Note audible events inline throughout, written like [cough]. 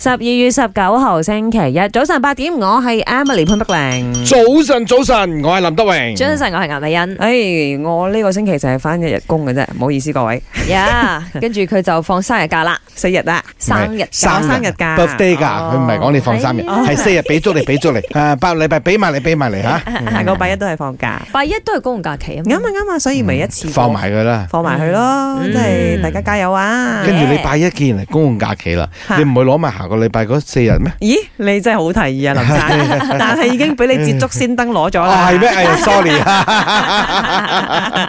十二月十九號星期一早晨八點，我係 Emily 潘碧玲。早晨，早晨，我係林德榮。早晨，我係顏麗欣。 [laughs] 哎，我呢個星期就係翻一日工嘅啫，唔好意思各位，呀，跟住佢就放生日假啦，四日啊啦，生日我假生日生日假 birthday 噶，哦佢唔係講你放三日，哎係四日俾足你，俾足你。誒，八個禮拜俾埋你，俾埋你吓。下個拜一都係放假，拜一都係公共假期啊嗯啱嘛啊。啱啊，所以咪一次過放埋佢啦。放埋佢咯，嗯即係大家加油啊！跟住你 Yeah 拜一既然係公共假期啦，嚇你唔會攞埋下個禮拜嗰四日咩？咦，你真係好提議啊，林 [laughs] 生，但係已經俾你捷足先登攞咗哦，啦，係 [laughs] 咩？？哎呀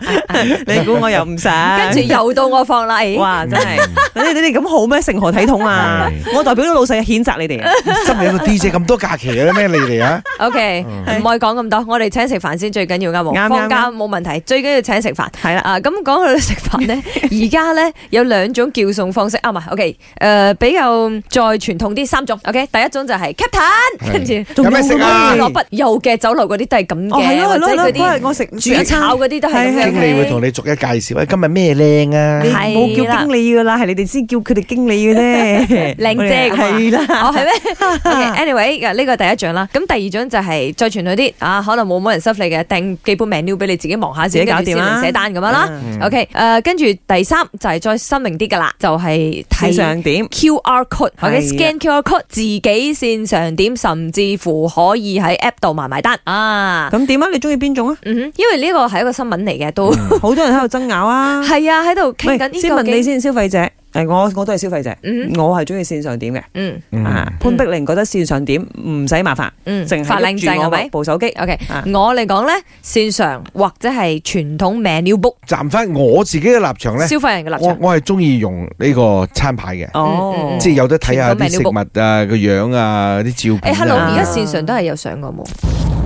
，sorry 你估我又唔想？跟住又到我放啦，咦啊哇，真係你哋你哋咁好咩？成何體統啊！嗯我代表咗老細譴責你哋啊！真係有個 DJ 咁多假期嘅咩？你哋啊， ，OK，唔可以講咁多，我哋請食飯先最緊要啱嗯啱冇？放假冇問題，最緊要請食飯。係啦， [laughs] 啊，咁講到食飯 [laughs] 咧，而家咧有兩種叫餸方式啊，唔係，OK，誒比較再傳統啲三種，OK，第一種就係 captain，係跟住仲有咩食啊？攞筆有嘅酒樓嗰啲都係咁哦係嘅，咯或係咯者係咯，嗰啲嗰日我食食煮一餐炒嗰啲都係咁係樣經理會同你逐一介紹，喂，今日咩靚啊你？係冇叫經理噶啦，係你哋先叫佢哋經理嘅 [laughs] 啫。靚姐咁啊係啦，哦，係咩 [laughs] ？OK，anyway，嘅呢個第一樣啦。咁第二樣就係再傳佢啲啊，可能冇冇人 serve 你嘅，訂幾本 menu 俾你自己忙下先，自己跟搞住掂先啦嚟寫單咁樣啦。嗯 OK，誒，跟住第三就係再新穎啲噶啦，就係線睇上點 QR code 或者係啊 scan QR code，自己線上點，甚至乎可以喺 app 度埋埋單啊。咁點啊？你中意邊種啊？嗯哼，因為呢個係一個新聞嚟嘅，都好多人喺度爭拗啊！ [laughs] 係啊，喺度傾緊嗯喂呢先問個你嘅。先，消費者。誒，我我都係消費者，嗯我係中意線上點嘅。嗯嗯啊，潘碧玲覺得線上點唔使麻煩，嗯，淨發係靚拎仔住係我咪？部手機。 OK，啊我嚟講咧，線上或者係傳統 menu book 站翻我自己嘅立場咧，消費人嘅立我場，我係中意用呢個餐牌嘅。哦嗯，即係有得睇下啲全食部 menu 物啊個樣啊啲照誒片 hello，啊而家線上都係有上過冇？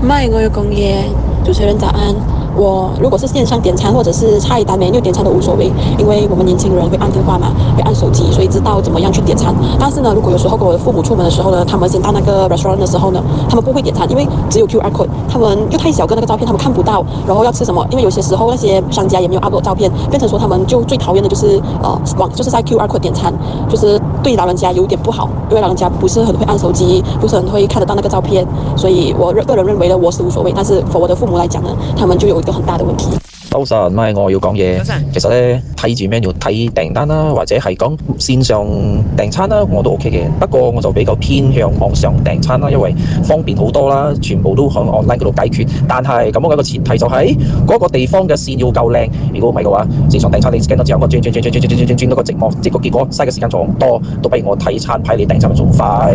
麦，我有工业。主持人早安。我如果是线上点餐或者是菜单 menu 点餐都无所谓，因为我们年轻人会按电话嘛，会按手机，所以知道怎么样去点餐。但是呢，如果有时候跟我的父母出门的时候呢，他们先到那个 restaurant 的时候呢，他们不会点餐，因为只有 QR code，他们又太小个那个照片，他们看不到。然后要吃什么？因为有些时候那些商家也没有 upload 照片，变成说他们就最讨厌的就是呃网，就是在 QR code 点餐，就是对老人家有点不好，因为老人家不是很会按手机，不是很会看得到那个照片，所以我个人认为呢，我是无所谓。但是 for 我的父母来讲呢，他们就有一个很大的问题。早晨，咪我要講嘢早。晨其實咧，睇住 menu 睇訂單啦，或者係講線上訂餐啦，我都 OK 嘅。不過我就比較偏向網上訂餐啦，因為方便好多啦，全部都喺 online 嗰度解決。但係咁我有一個前提就係、嗰個地方嘅線要夠靚。如果唔係嘅話，線上訂餐你 scan 咗之後，我轉轉轉轉轉轉轉轉轉轉到個寂寞，即係個結果嘥嘅時間仲多，倒不如我睇餐牌你訂餐仲快。